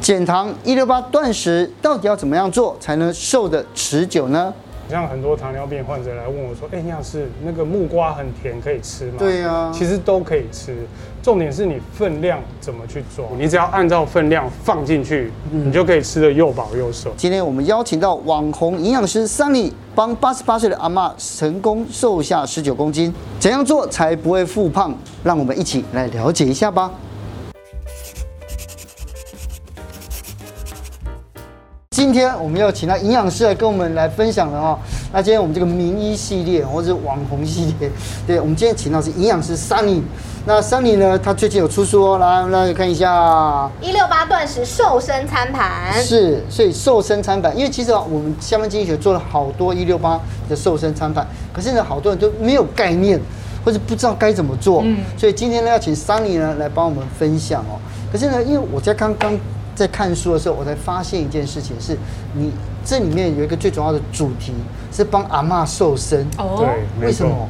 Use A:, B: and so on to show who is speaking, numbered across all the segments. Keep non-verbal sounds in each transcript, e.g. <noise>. A: 减糖一六八断食到底要怎么样做才能瘦得持久呢？
B: 像很多糖尿病患者来问我说：“哎、杨老师，那个木瓜很甜，可以吃吗？”
A: 对啊
B: 其实都可以吃，重点是你分量怎么去嗯抓。哦你只要按照分量放进去，你就可以吃得又饱又瘦。
A: 今天我们邀请到网红营养师桑尼，帮八十八岁的阿嬷成功瘦下十九公斤，怎样做才不会复胖？让我们一起来了解一下吧。今天我们要请到营养师来跟我们来分享了哈、哦。那今天我们这个名医系列或者是网红系列，对我们今天请到是营养师桑尼。那桑尼呢，他最近有出书哦，来，我们来看一下。
C: 一六八断食瘦身餐盘，
A: 是，所以瘦身餐盘，因为其实啊，我们下面经济学做了好多一六八的瘦身餐盘，可是呢，好多人都没有概念，或者不知道该怎么做。嗯，所以今天呢，要请桑尼呢来帮我们分享哦。可是呢，因为我在刚刚在看书的时候，我才发现一件事情是，你这里面有一个最重要的主题是帮阿嬷瘦身，
B: 对，没
A: 哦为什
B: 错。
A: 么？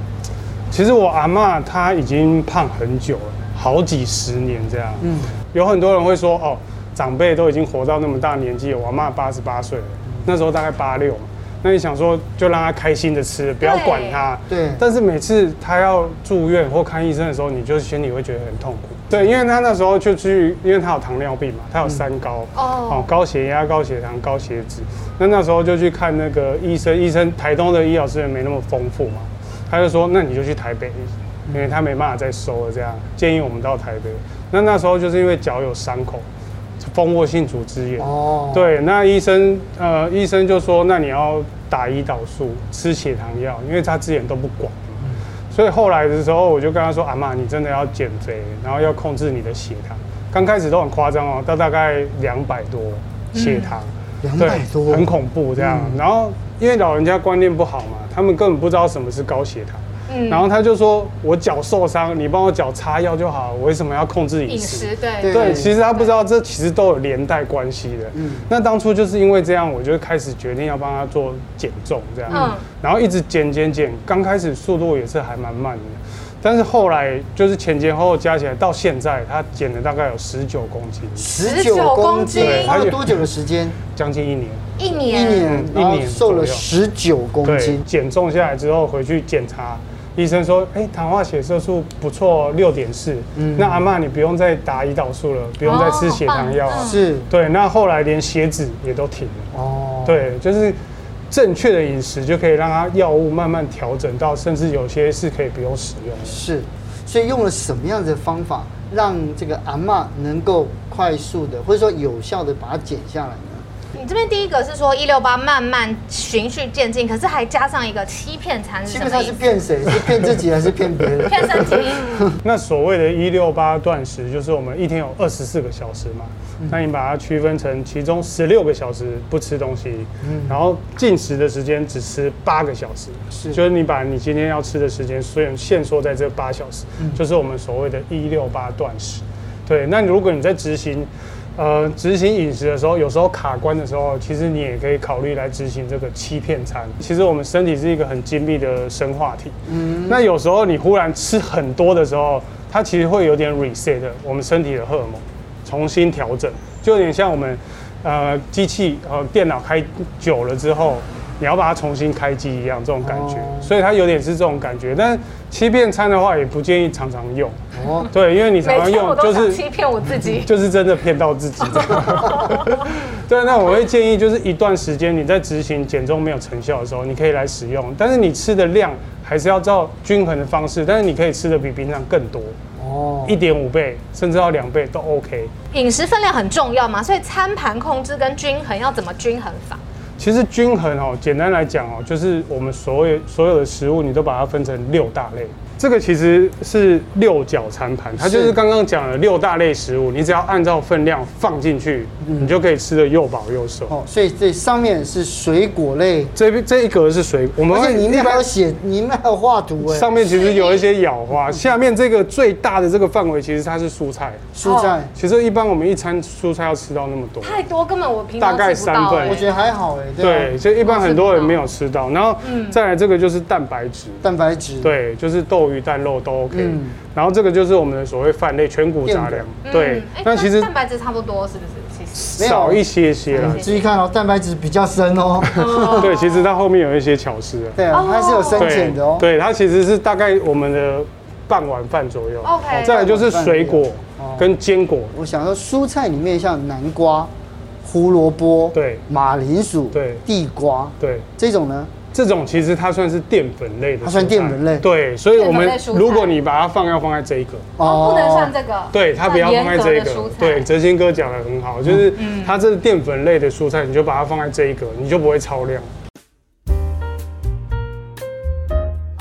B: 其实我阿嬷她已经胖很久了，好几十年这样。
A: 嗯
B: 嗯，有很多人会说哦，长辈都已经活到那么大年纪了，我阿嬷八十八岁了，那时候大概八六嘛。那你想说，就让她开心的吃，不要管她。
A: 对
B: 但是每次她要住院或看医生的时候，你就心里会觉得很痛苦。对，因为她那时候就去，因为她有糖尿病嘛，她有三高。
C: 哦
B: 哦，高血压、高血糖、高血脂。那那时候就去看那个医生，医生台东的医疗资源没那么丰富嘛，他就说那你就去台北，因为他没办法再收了，这样建议我们到台北。那那时候就是因为脚有伤口，蜂窝性组织炎。
A: 哦，，
B: 对，那医生呃，医生就说，那你要打胰岛素，吃血糖药，因为他之前都不管嘛所以后来的时候，我就跟他说，阿妈，你真的要减肥，然后要控制你的血糖。刚开始都很夸张哦，到大概两百多血糖，
A: 两
B: 对
A: 百多，
B: 很恐怖这样。然后因为老人家观念不好嘛，他们根本不知道什么是高血糖。
D: 嗯
B: 然后他就说：“我脚受伤，你帮我脚擦药就好，我为什么要控制饮
D: 饮
B: 食？”
D: 食对，
A: 对
B: 对，其实他不知道这其实都有连带关系的。
A: 嗯
B: 嗯，那当初就是因为这样，我就开始决定要帮他做减重这样，
D: 嗯
B: 然后一直减减减，刚开始速度也是还蛮慢的，但是后来就是前前后后加起来到现在，他减了大概有十九公斤，
A: 十九公斤
B: 对，
A: 花
B: 而
A: 了
B: 且
A: 多久的时间？
B: 将近一年。
C: 一
A: 一
C: 年
A: 年，
B: 嗯
A: 然后
B: 一年
A: 瘦了
B: 左右
A: 十九公
B: 对
A: 斤，，
B: 减重下来之后回去检查，医生说，哎、糖化血色素不错、哦，六点四。
A: 嗯
B: 那阿嬷你不用再打胰岛素了，不用再吃
D: 哦
B: 血糖药啊。
D: 棒
A: 是，
B: 对，那后来连血脂也都停了。
A: 哦，
B: 对，就是正确的饮食就可以让它药物慢慢调整到，甚至有些是可以不用使用的。
A: 是，所以用了什么样子的方法让这个阿嬷能够快速的，或者说有效的把它减下来呢？
C: 你这边第一个是说一六八慢慢循序渐进，可是还加上一个欺骗餐是
A: 基
C: 什
A: 本
C: 么
A: 上
C: 意
A: 是
C: 思？
A: 骗谁？是骗自己还是骗别
C: <laughs>
A: 人？
C: 骗
B: <laughs>
C: 身体，
B: 那所谓的“一六八断食”，就是我们一天有二十四个小时嘛，那你把它区分成其中十六个小时不吃东西，然后进食的时间只吃八个小时，
A: 是
B: 就是你把你今天要吃的时间，虽然限缩在这八小时，就是我们所谓的“一六八断食”。对，那如果你在执行，呃，执行饮食的时候，有时候卡关的时候，其实你也可以考虑来执行这个欺骗餐。其实我们身体是一个很精密的生化体，嗯，那有时候你忽然吃很多的时候，它其实会有点 reset 我们身体的荷尔蒙，重新调整，就有点像我们呃机器呃电脑开久了之后。你要把它重新开机一样，这种感觉，
A: 哦
B: 所以它有点是这种感觉。但是欺骗餐的话，也不建议常常用，
A: 哦，
B: 对，因为你常
D: 每
B: 常
D: 天我
B: 用
D: 都
B: 就
D: 想
B: 是嗯
D: 欺骗我自己。
B: 就是真的骗到
A: <laughs>
B: 自己这样。对，那我会建议，就是一段时间你在执行减重没有成效的时候，你可以来使用，但是你吃的量还是要照均衡的方式，但是你可以吃的比平常更多，
A: 哦，
B: 一点五倍甚至到两倍都 OK。
C: 饮食分量很重要嘛，所以餐盘控制跟均衡要怎么均衡法？
B: 其实均衡哦，简单来讲哦，就是我们所有所有的食物，你都把它分成六大类。这个其实是六角餐盘，它
A: 是
B: 就是刚刚讲的六大类食物，你只要按照分量放进去，
A: 嗯
B: 你就可以吃的又饱又瘦。
A: 哦，所以这上面是水果类，
B: 这边这一格是水果，我们
A: 而且
B: 会
A: 你那边还有写，你那还有画图哎，
B: 上面其实有一些咬花，
A: 嗯
B: 下面这个最大的这个范围其实它是蔬菜。
A: 蔬
C: 哦
A: 菜，
B: 其实一般我们一餐蔬菜要吃到那么多，
D: 太多，根本我平常
B: 大概
D: 吃不到
B: 三份
C: 欸
D: 哎
A: 我觉得还好哎，
B: 对，
A: 啊，嗯
B: 所以一般很多人没有吃到。然后再来这个就是蛋白质，
A: 蛋白质，，
B: 对，就是豆鱼蛋肉都 OK
A: 嗯。
B: 然后这个就是我们的所谓饭类全谷杂粮
A: 淀，
D: 嗯
B: 对
D: 哎。
B: 那
D: 那
B: 其实
D: 蛋白质差不多是不是？其其实。
A: 没有
B: 少一些些啦
A: 你。注意看哦，蛋白质比较深
C: <laughs>
A: 哦，
B: 对，其实它后面有一些巧思啊。
A: 对啊，它是有深
B: 对
A: 浅的哦。
B: 对，它其实是大概我们的半碗饭左右。哦
D: OK
B: 再来就是水果
A: 哦
B: 跟坚果。
A: 我想说，蔬菜里面像南瓜、胡萝卜、
B: 对
A: 马铃薯、
B: 对
A: 地瓜
B: 对，
A: 这种呢，
B: 这种其实它算是淀粉类的蔬菜。
A: 它算淀粉类
B: 对，所以我
D: 淀
B: 们
D: 粉类蔬菜
B: 如果你把它放，要放在这一个。
D: 哦，不能算这个。
B: 对，它不要放在这一
D: 算严格
B: 个
D: 的蔬。菜嗯
B: 对，哲新哥讲的很好，就是它这是淀粉类的蔬菜，你就把它放在这一个，你就不会超量。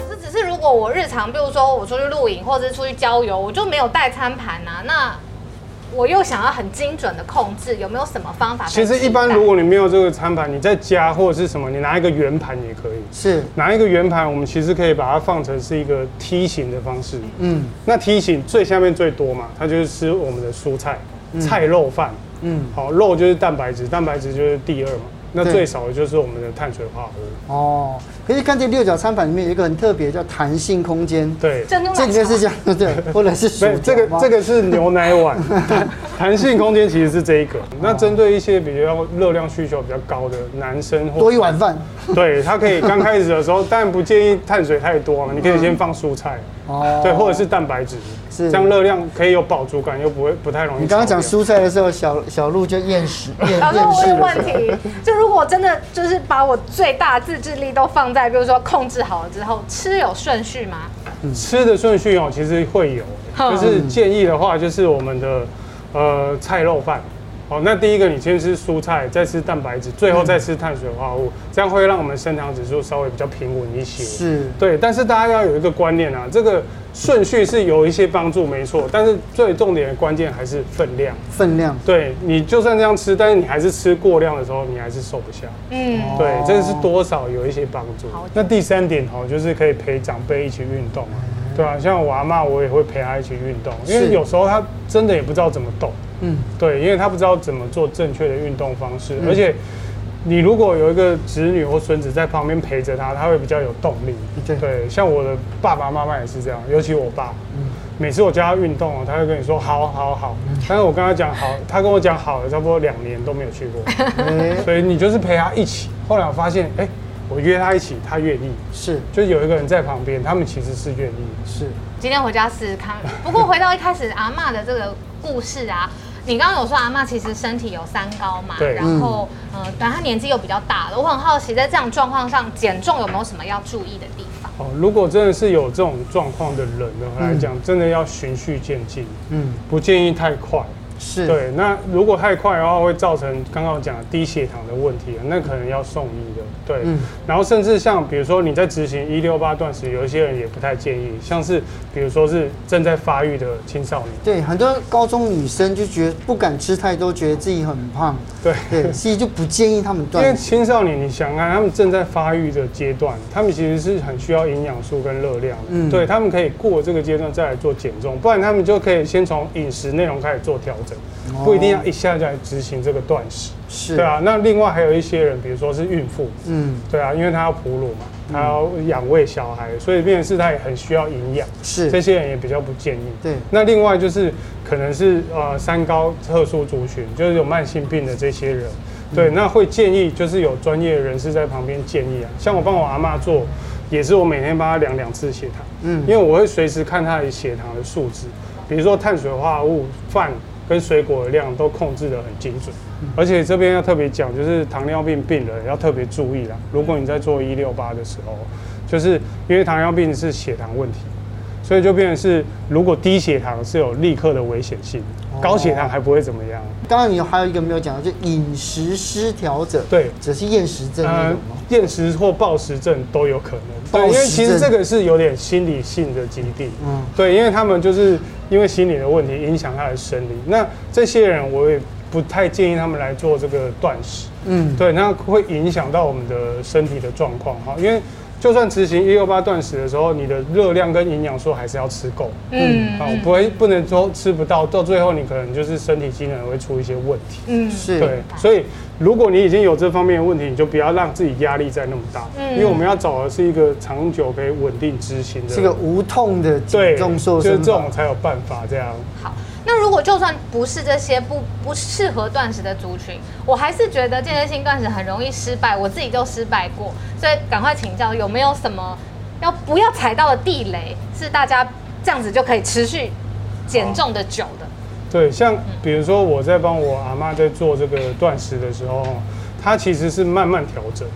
C: 这只是如果我日常，比如说我出去露营或者是出去郊游，我就没有带餐盘啊，那我又想要很精准的控制，有没有什么方法可
B: 其
C: 以替代？
B: 实一般如果你没有这个餐盘，你在家或者是什么，你拿一个圆盘也可以。
A: 是
B: 拿一个圆盘，我们其实可以把它放成是一个梯形的方式。
A: 嗯
B: 那梯形最下面最多嘛，它就是吃我们的蔬菜、菜肉饭。
A: 嗯
B: 好，肉就是蛋白质，蛋白质就是第二嘛。那
A: 对
B: 最少的就是我们的碳水化合物。
A: 哦。可是看这六角餐盘里面有一个很特别，叫弹性空间。
B: 对，
D: 珍珠
A: 这
D: 奶
A: 里面
D: 茶
A: 是这样， <laughs> 对，
B: <laughs>
A: 或者是薯
B: 所以这
A: 条
B: 个
A: 吗
B: 这个是牛奶
A: <laughs>
B: 碗，弹弹性空间其实是这一个。
A: 哦
B: 那针对一些比较热量需求比较高的男生或
A: 多一碗饭
B: 对他可以刚开始的时候，但不建议碳水太多嘛，你可以先放蔬菜，
A: 哦。
B: 对，或者是蛋白质，
A: 是
B: 这样热量可以有饱足感，又不会不太容易。
A: 你刚刚讲，蔬菜的时候，小小鹿就厌食厌
D: 老师，
A: 厌
D: 我
A: 世
D: 有
A: 了。
D: 问题，就如果真的就是把我最大的自制力都放在，比如说控制好了之后，吃有顺序吗？
B: 吃的顺序哦，其实会有，
D: 哼
B: 就是
A: 嗯
B: 建议的话，就是我们的呃菜肉饭。哦，那第一个你先吃蔬菜，再吃蛋白质，最后再吃碳水化合物，这样会让我们升糖指数稍微比较平稳一些。
A: 是
B: 对，但是大家要有一个观念啊，这个顺序是有一些帮助，没错，但是最重点的关键还是分量。
A: 分量，
B: 对你就算这样吃，但是你还是吃过量的时候，你还是瘦不下。
D: 嗯，
A: 哦
B: 对，这是多少有一些帮助
D: 好。
B: 那第三点哦，就是可以陪长辈一起运动啊。对啊，像我阿妈，我也会陪她一起运动，因
A: 嗯
B: 为
A: 是
B: 有时候她真的也不知道怎么动。
A: 嗯，
B: 对，因为她不知道怎么做正确的运动方式，而且你如果有一个子女或孙子在旁边陪着她，她会比较有动力。
A: 对
B: 像我的爸爸妈妈也是这样，尤其我爸，
A: 嗯
B: 每次我教他运动哦，他会跟你说好好好，但是我跟他讲好，他跟我讲好了，差不多两年都没有去过。
A: 哎，
B: 所以你就是陪他一起。后来我发现，哎、我约他一起，他愿意，
A: 是
B: 就有一个人在旁边，他们其实是愿意。
A: 是，
C: 今天回家试试看。不过回到一开始阿嬷的这个故事啊，你刚刚有说阿嬷其实身体有三高嘛，
B: 对
C: 然后嗯，但她年纪又比较大了，我很好奇在这样状况上减重有没有什么要注意的地方？
B: 哦，如果真的是有这种状况的人呢来讲，真的要循序渐进，
A: 嗯，
B: 不建议太快。
A: 是，
B: 对，那如果太快的话，会造成刚刚我讲的低血糖的问题，那可能要送医的。对，
A: 嗯
B: 然后甚至像比如说你在执行一六八断食，有一些人也不太建议，像是比如说是正在发育的青少年，
A: 对，很多高中女生就觉得不敢吃太多，觉得自己很胖，
B: 对，
A: 对，所以就不建议他们
B: 因为
A: 断食。
B: 青少年，你想想看他们正在发育的阶段，他们其实是很需要营养素跟热量的。
A: 嗯
B: 对他们可以过这个阶段再来做减重，不然他们就可以先从饮食内容开始做调整，
A: 哦
B: 不一定要一下就来执行这个断食。
A: 是，
B: 对，啊，那另外还有一些人，比如说是孕妇，
A: 嗯，
B: 对啊，因为她要哺乳嘛，她要养喂小孩，所以变成是她也很需要营养。这
A: 是，
B: 些人也比较不建议。
A: 对
B: 那另外就是可能是呃三高特殊族群，就是有慢性病的这些人，对，那会建议就是有专业人士在旁边建议啊，像我帮我阿妈做，也是我每天帮她量两次血糖，
A: 嗯
B: 嗯，因为我会随时看她的血糖的数值，比如说碳水化合物、饭跟水果的量都控制得很精准。而且这边要特别讲，就是糖尿病病人要特别注意啦。如果你在做一六八的时候，就是因为糖尿病是血糖问题，所以就变成是，如果低血糖是有立刻的危险性，
A: 哦
B: 高血糖还不会怎么样。
A: 刚刚你还有一个没有讲到，就饮食失调者，
B: 对
A: 只是厌食症那
B: 呃
A: 种吗？，
B: 厌食或暴食症都有可能。对，
A: 暴食
B: 因为其实
A: 症
B: 这个是有点心理性的疾病。
A: 嗯
B: 嗯，对，因为他们就是因为心理的问题影响他的生理。那这些人我也不太建议他们来做这个断食。
A: 嗯，
B: 对，那会影响到我们的身体的状况哈，因为就算执行一六八断食的时候，你的热量跟营养素还是要吃够。
C: 嗯，
B: 啊，我不会不能说吃不到，到最后你可能就是身体机能会出一些问题。
C: 嗯，
A: 是
B: 对，所以如果你已经有这方面的问题，你就不要让自己压力再那么大，
C: 嗯
B: 因为我们要找的是一个长久可以稳定执行的，
A: 这个无痛的
B: 对，
A: 减重瘦
B: 就是
A: 身
B: 这
A: 法
B: 种才有办法这样。
C: 好，那如果就算不是这些不不适合断食的族群，我还是觉得间歇性断食很容易失败，我自己就失败过，所以赶快请教有没有什么要不要踩到的地雷，是大家这样子就可以持续减重的久的。
B: 对，像比如说我在帮我阿妈在做这个断食的时候，她其实是慢慢调整。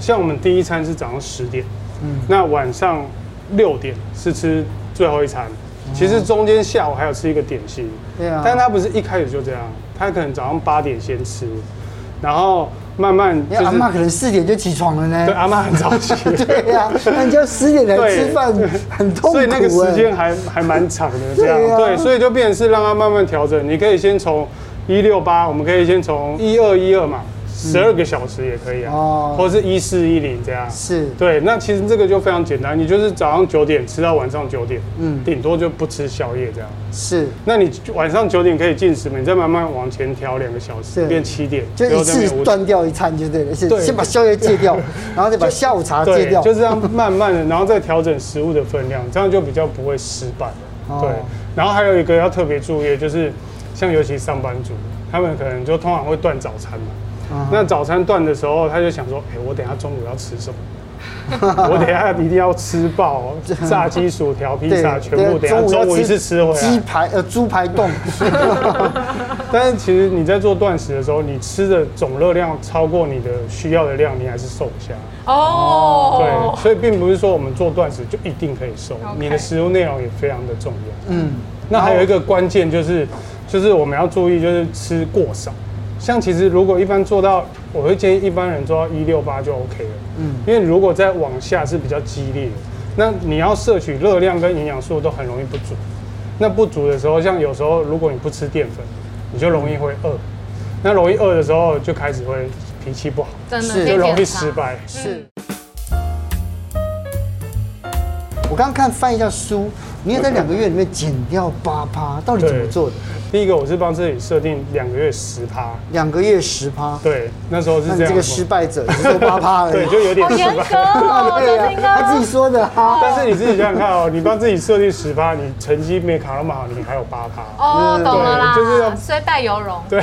B: 像我们第一餐是早上十点，
A: 嗯
B: 那晚上六点是吃最后一餐。
A: 嗯
B: 其实中间下午还有吃一个点心，
A: 对啊
B: 但她不是一开始就这样，她可能早上八点先吃，然后慢慢
A: 你
B: 就
A: 哎看阿
B: 是
A: 妈可能四点就起床了呢
B: 对。阿妈很早起，
A: <laughs> 对呀、那你就要十点才吃饭，很痛苦、
B: 所
A: 哎。
B: 以那个时间还还蛮长的，这样
A: 对啊
B: 对，所以就变成是让它慢慢调整。你可以先从一六八，我们可以先从一二一二嘛，十二个小时也可以啊，
A: 嗯哦
B: 或者是一四一零这样。
A: 是
B: 对，那其实这个就非常简单，你就是早上九点吃到晚上九点，
A: 嗯
B: 嗯，顶多就不吃宵夜这样。
A: 是，
B: 那你就晚上九点可以进食嘛，你再慢慢往前调两个小时，
A: 对
B: 变七点，
A: 就
B: 最
A: 一
B: 后再变五
A: 次
B: 点
A: 断掉一餐就对了，是
B: 对
A: 先把宵夜戒
B: <laughs>
A: 掉，然后再把下午茶戒
B: 对，
A: 掉，
B: 就这样慢慢的，然后再调整食物的分量，这样就比较不会失败
A: 哦
B: 了。对，然后还有一个要特别注意，的就是像尤其上班族，他们可能就通常会断早餐
A: 嗯
B: 嘛。那早餐断的时候，他就想说，哎，我等一下中午要吃什么？ <laughs> 我等一下一定要吃爆哦炸鸡、薯条、披萨，全部等一下中午一次吃回
A: 鸡
B: 来。
A: 排呃猪排
B: <laughs>
A: 冻，
B: 但是其实你在做断食的时候，你吃的总热量超过你的需要的量，你还是瘦不下来。
C: 哦
B: 对，，所以并不是说我们做断食就一定可以瘦
C: OK
B: 你的食物内容也非常的重要。
A: 嗯，
B: 那还有一个关键就是，就是我们要注意，就是吃过少。像其实如果一般做到，我会建议一般人做到一六八就 OK 了。
A: 嗯
B: 嗯，因为如果再往下是比较激烈的，那你要摄取热量跟营养素都很容易不足。那不足的时候，像有时候如果你不吃淀粉，你就容易会饿。那容易饿的时候，就开始会脾气不好，
C: 真的
A: 是
B: 就
C: 天
B: 容易
C: 天差
B: 失败。
A: 是。我刚刚看翻一下书，你也在两个月里面减掉八趴，到底怎么
B: 对
A: 做的？
B: 第一个，我是帮自己设定两个月十趴，
A: 两个月十趴，
B: 对，那时候是
A: 那
B: 这
A: 你
B: 样。
A: 这个失，败者只做八趴而已。 <laughs>
B: 对，就有点
C: 好
B: 失
C: 严哦格
B: 败。
C: 哦，
A: 对
C: 周
A: 呀
C: 金，
A: 他
C: 哥
A: 自己说的啊哈。
B: 但是你自己想想看哦，你帮自己设定十趴，你成绩没考那么好，你还有八趴。
C: 哦，懂了啦，
B: 对就是要
C: 虽败犹荣。
B: 对，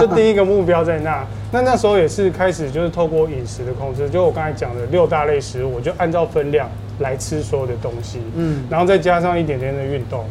B: 这第一个目标在那。那那时候也是开始就是透过饮食的控制，就我刚才讲的六大类食物，我就按照分量来吃所有的东西，
A: 嗯
B: 嗯，然后再加上一点点的运动，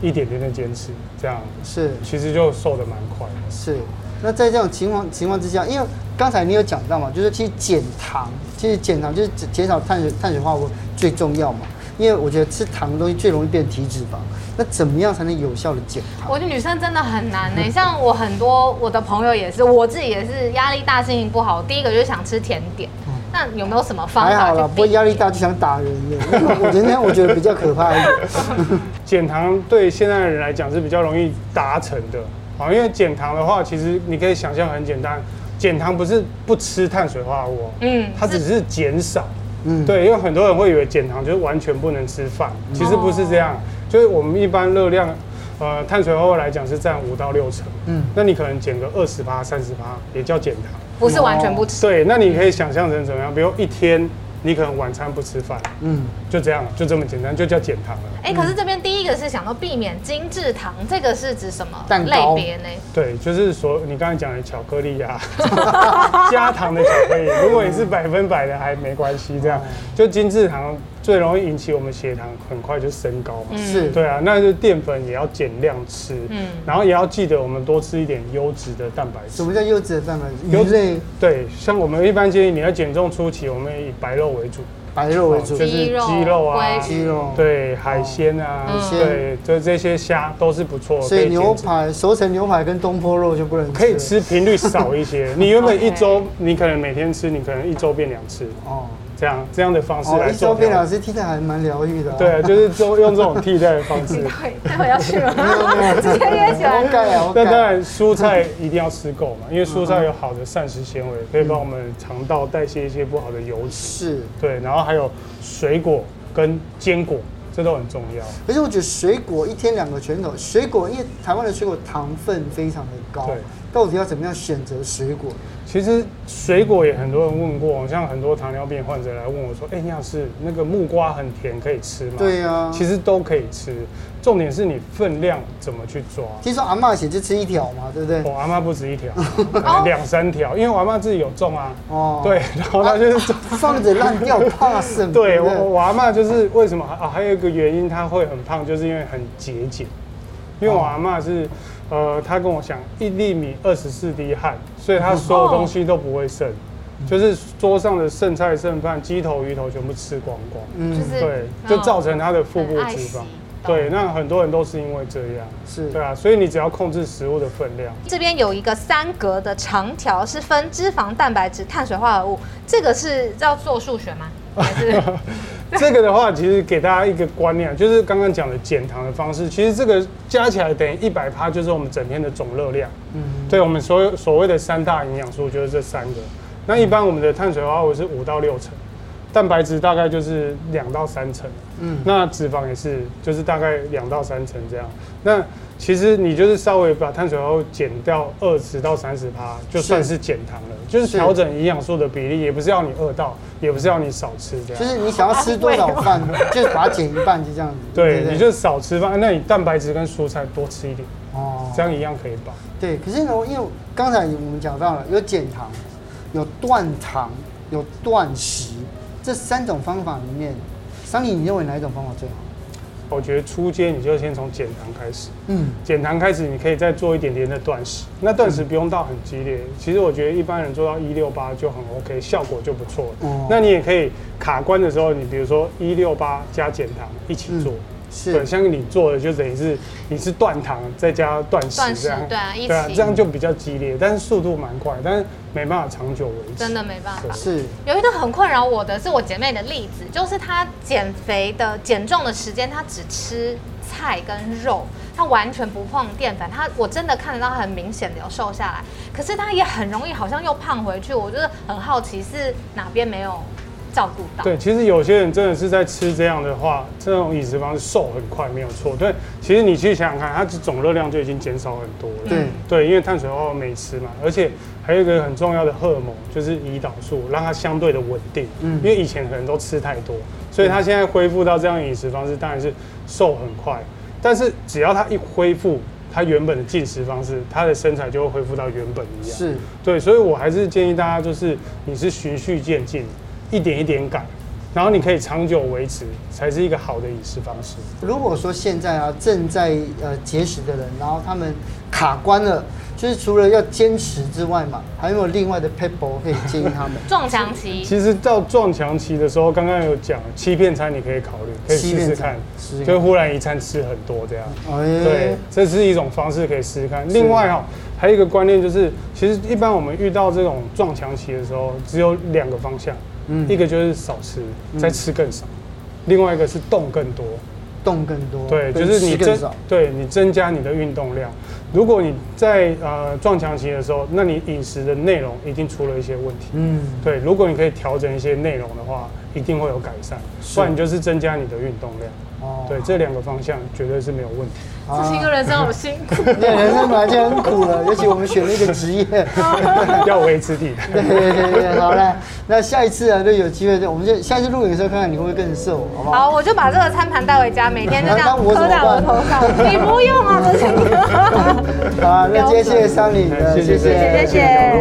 B: 一点点的坚持，这样
A: 是
B: 其实就瘦的蛮快的。
A: 是。那在这种情况情况之下，因为刚才你有讲到嘛，就是其实减糖，其实减糖就是减减少碳水碳水化合物最重要嘛。因为我觉得吃糖的东西最容易变体脂肪，那怎么样才能有效的减糖？
C: 我觉得女生真的很难呢、
A: 嗯
C: 像我很多我的朋友也是，我自己也是压力大，心情不好，第一个就是想吃甜点。那有没有什么
A: 嗯
C: 方
A: 还
C: 法
A: 好
C: 去
A: 啦，
C: 避
A: 不会压力大就想打人耶。 <laughs> 我觉得那样我觉得比较可怕一
B: <laughs>
A: 点。
B: 减糖对现在的人来讲是比较容易达成的啊，因为减糖的话，其实你可以想象很简单，减糖不是不吃碳水化合物哦，
C: 嗯
B: 它只是减少。
A: 嗯，
B: 对，因为很多人会以为减糖就是完全不能吃饭，其实不是这样，就是我们一般热量，呃，碳水化合物来讲是占五到六成，
A: 嗯
B: 嗯，那你可能减个二十八、三十八也叫减糖。
C: 不是完全不吃？
B: 对，那你可以想象成怎么样？比如一天你可能晚餐不吃饭，
A: 嗯，
B: 就这样，就这么简单，就叫减糖了。
C: 哎、可是这边第一个是想到避免精致糖，这个是指什么
A: 蛋
C: 类
A: 糕
C: 别
A: <laughs>
C: 呢？
B: 对，就是所你刚才讲的巧克力啊， <laughs> 加糖的巧克力，如果你是百分百的还没关系，这样
C: 嗯
B: 就精制糖最容易引起我们血糖很快就升高嘛。
A: 是
B: 对啊，那就淀粉也要减量吃，
C: 嗯
B: 嗯，然后也要记得我们多吃一点优质的蛋白质
A: 什。么叫优质的蛋白质？
B: 优
A: 鱼类、
B: 对，像我们一般建议你要减重初期，我们以白肉为主，
A: 白肉为主
B: 就，是
C: 鸡肉
B: 哦鸡肉啊
C: 鲑
A: 鸡
C: 鱼嗯
A: 肉。。哦
B: 对，海鲜啊，
A: 鲜
B: 对，就这些虾都是不错。
A: 所以
B: 可减
A: 牛
B: 脂
A: 排、熟成牛排跟东坡肉就不能吃了
B: 可以吃频率少一些。你原本一周，你可能每天吃，你可能一周变两次，
A: 哦。
B: 这样这样的方式
A: 哦，
B: 来
A: 一周
B: 做。
A: 变老师听起来还蛮疗愈的、啊。
B: 对啊，就是做用这种替代的方
C: <laughs>
B: 式。
D: 对，待会要去了，直接约起
A: 好
D: 来。
A: 盖啊，我
B: 那当
A: 盖。
B: 然，蔬菜一定要吃够嘛，因为蔬菜有好的膳食纤维，可以帮我们肠道代谢一些不好的油脂。
A: 是，
B: 对，然后还有水果跟坚果，这都很重要。
A: 可是我觉得水果一天两个拳头，水果因为台湾的水果糖分非常的高
B: 对，
A: 到底要怎么样选择水果？
B: 其实水果也很多人问过，像很多糖尿病患者来问我说：“哎、你老师，那个木瓜很甜，可以吃吗？”
A: 对啊
B: 其实都可以吃，重点是你分量怎么去抓。
A: 听说阿嬷以前就吃一条嘛，对不对？
B: 我阿妈不止一
C: <laughs>
B: 条，可能两三条，因为我阿妈自己有种啊。
A: 哦
B: 对，然后她就是
C: <laughs>
B: 种。
A: 放着烂掉怕什么？
B: 对
A: 不
B: 我我阿妈就是为什么啊？还有一个原因她会很胖，就是因为很节俭。因为我阿妈是，呃，她跟我讲一粒米二十四滴汗，所以她所有东西都不会剩，
C: 哦
B: 就是桌上的剩菜剩饭、鸡头鱼头全部吃光光。
A: 嗯
C: 就是
B: 对，
C: 那
B: 就
C: 种
B: 造成她的腹部
C: 很爱
B: 脂肪
C: 惜。
B: 对，那很多人都是因为这样。
A: 是
B: 对啊，所以你只要控制食物的分量。
D: 这边有一个三格的长条，是分脂肪、蛋白质、碳水化合物，这个是
C: 要做数学吗？还是
B: 这个的话，其实给大家一个观念啊，就是刚刚讲的减糖的方式，其实这个加起来等于一百趴，就是我们整天的总热量。
A: 嗯，
B: 对我们所有所谓的三大营养素就是这三个。那一般我们的碳水化合物是五到六成，蛋白质大概就是两到三成，
A: 嗯
B: 嗯，那脂肪也是，就是大概两到三成这样。那其实你就是稍微把碳水化合物减掉二十到三十趴，就算是减糖了，就是
A: 是
B: 调整营养素的比例，也不是要你饿到，也不是要你少吃这样。
A: 就是你想要吃多少饭，
C: <laughs>
A: 就把它减一半，就这样子。
B: 对
A: 不，
B: 你就少吃饭，那你蛋白质跟蔬菜多吃一点，
A: 哦
B: 这样一样可以饱。
A: 对，可是呢，因为刚才我们讲到了有减糖、有断糖、有断食这三种方法里面，桑尼，你认为哪一种方法最好？
B: 我觉得初阶你就先从减糖开始，
A: 嗯，
B: 减糖开始，你可以再做一点点的断食。那断食不用到很激烈，其实我觉得一般人做到一六八就很 OK，效果就不错了。
A: 哦
B: 那你也可以卡关的时候，你比如说一六八加减糖一起做。对，
A: 嗯是
B: 像你做的就等于是你是断糖再加断食
C: 断食
B: 这样，
C: 对啊一起
B: 这样就比较激烈，但是速度蛮快，但是没办法长久维持。
C: 真的没办法
B: 对？
A: 是，
C: 有一个很困扰我的是我姐妹的例子，就是她减肥的减重的时间，她只吃菜跟肉，她完全不碰淀粉。她我真的看得到很明显的有瘦下来，可是她也很容易好像又胖回去。我就是很好奇是哪边没有照顾到。
B: 对，其实有些人真的是在吃这样的话，这种饮食方式瘦很快，没有错。对，其实你去想想看，它的总热量就已经减少很多了。
A: 对
B: 对，因为碳水化合物没吃嘛，而且还有一个很重要的荷尔蒙就是胰岛素，让它相对的稳定。
A: 嗯
B: 嗯，因为以前可能都吃太多，所以它现在恢复到这样的饮食方式，当然是瘦很快。但是只要它一恢复，它原本的进食方式，它的身材就会恢复到原本一样。
A: 是，
B: 对，所以我还是建议大家，就是你是循序渐进，一点一点改，然后你可以长久维持，才是一个好的饮食方式。
A: 如果说现在啊正在呃节食的人，然后他们卡关了，就是除了要坚持之外嘛，还有没有另外的 people 可以建议他们？
C: 撞墙期
B: 其实到撞墙期的时候，刚刚有讲欺骗餐，你可以考虑， <laughs> 可以
A: 欺
B: 试
A: 骗
B: 试
A: 餐
B: 看
A: 试试，看
B: 就忽然一餐吃很多这样。
A: 哎
B: 对，这是一种方式可以试试看。另外哦，还有一个观念就是，其实一般我们遇到这种撞墙期的时候，只有两个方向，
A: 嗯
B: 一个就是少吃，再吃更少；，另外一个是动更多。
A: 动更多，
B: 对，
A: 跟
B: 就是你
A: 吃更
B: 增
A: 少，
B: 对你增加你的运动量。如果你在呃撞墙期的时候，那你饮食的内容一定出了一些问题。
A: 嗯，
B: 对，如果你可以调整一些内容的话，一定会有改善。
A: 是
B: 不然你就是增加你的运动量。
A: 哦啊
B: 对，这两个方向绝对是没有问题。
C: 这是一个人生好辛苦。
A: <laughs> 对，人生本来就很苦了，尤其我们选了一个职业。
B: <laughs> 要维持体态。
A: 对对对对，好了，那下一次啊，就有机会，我们就下一次录影的时候看看你会不会更瘦，好不好？
D: 好，我就把这个餐盘带回家，每天就这
A: <laughs> 那
D: 样
A: 我怎
D: 磕
A: 么
D: 在我
A: 办
D: 头上。
A: <laughs>
D: 你不用啊，这是你的。 <laughs>
A: 好，那今天谢谢桑林，呃
B: 谢谢
A: 谢
D: 谢
B: 谢
D: 谢。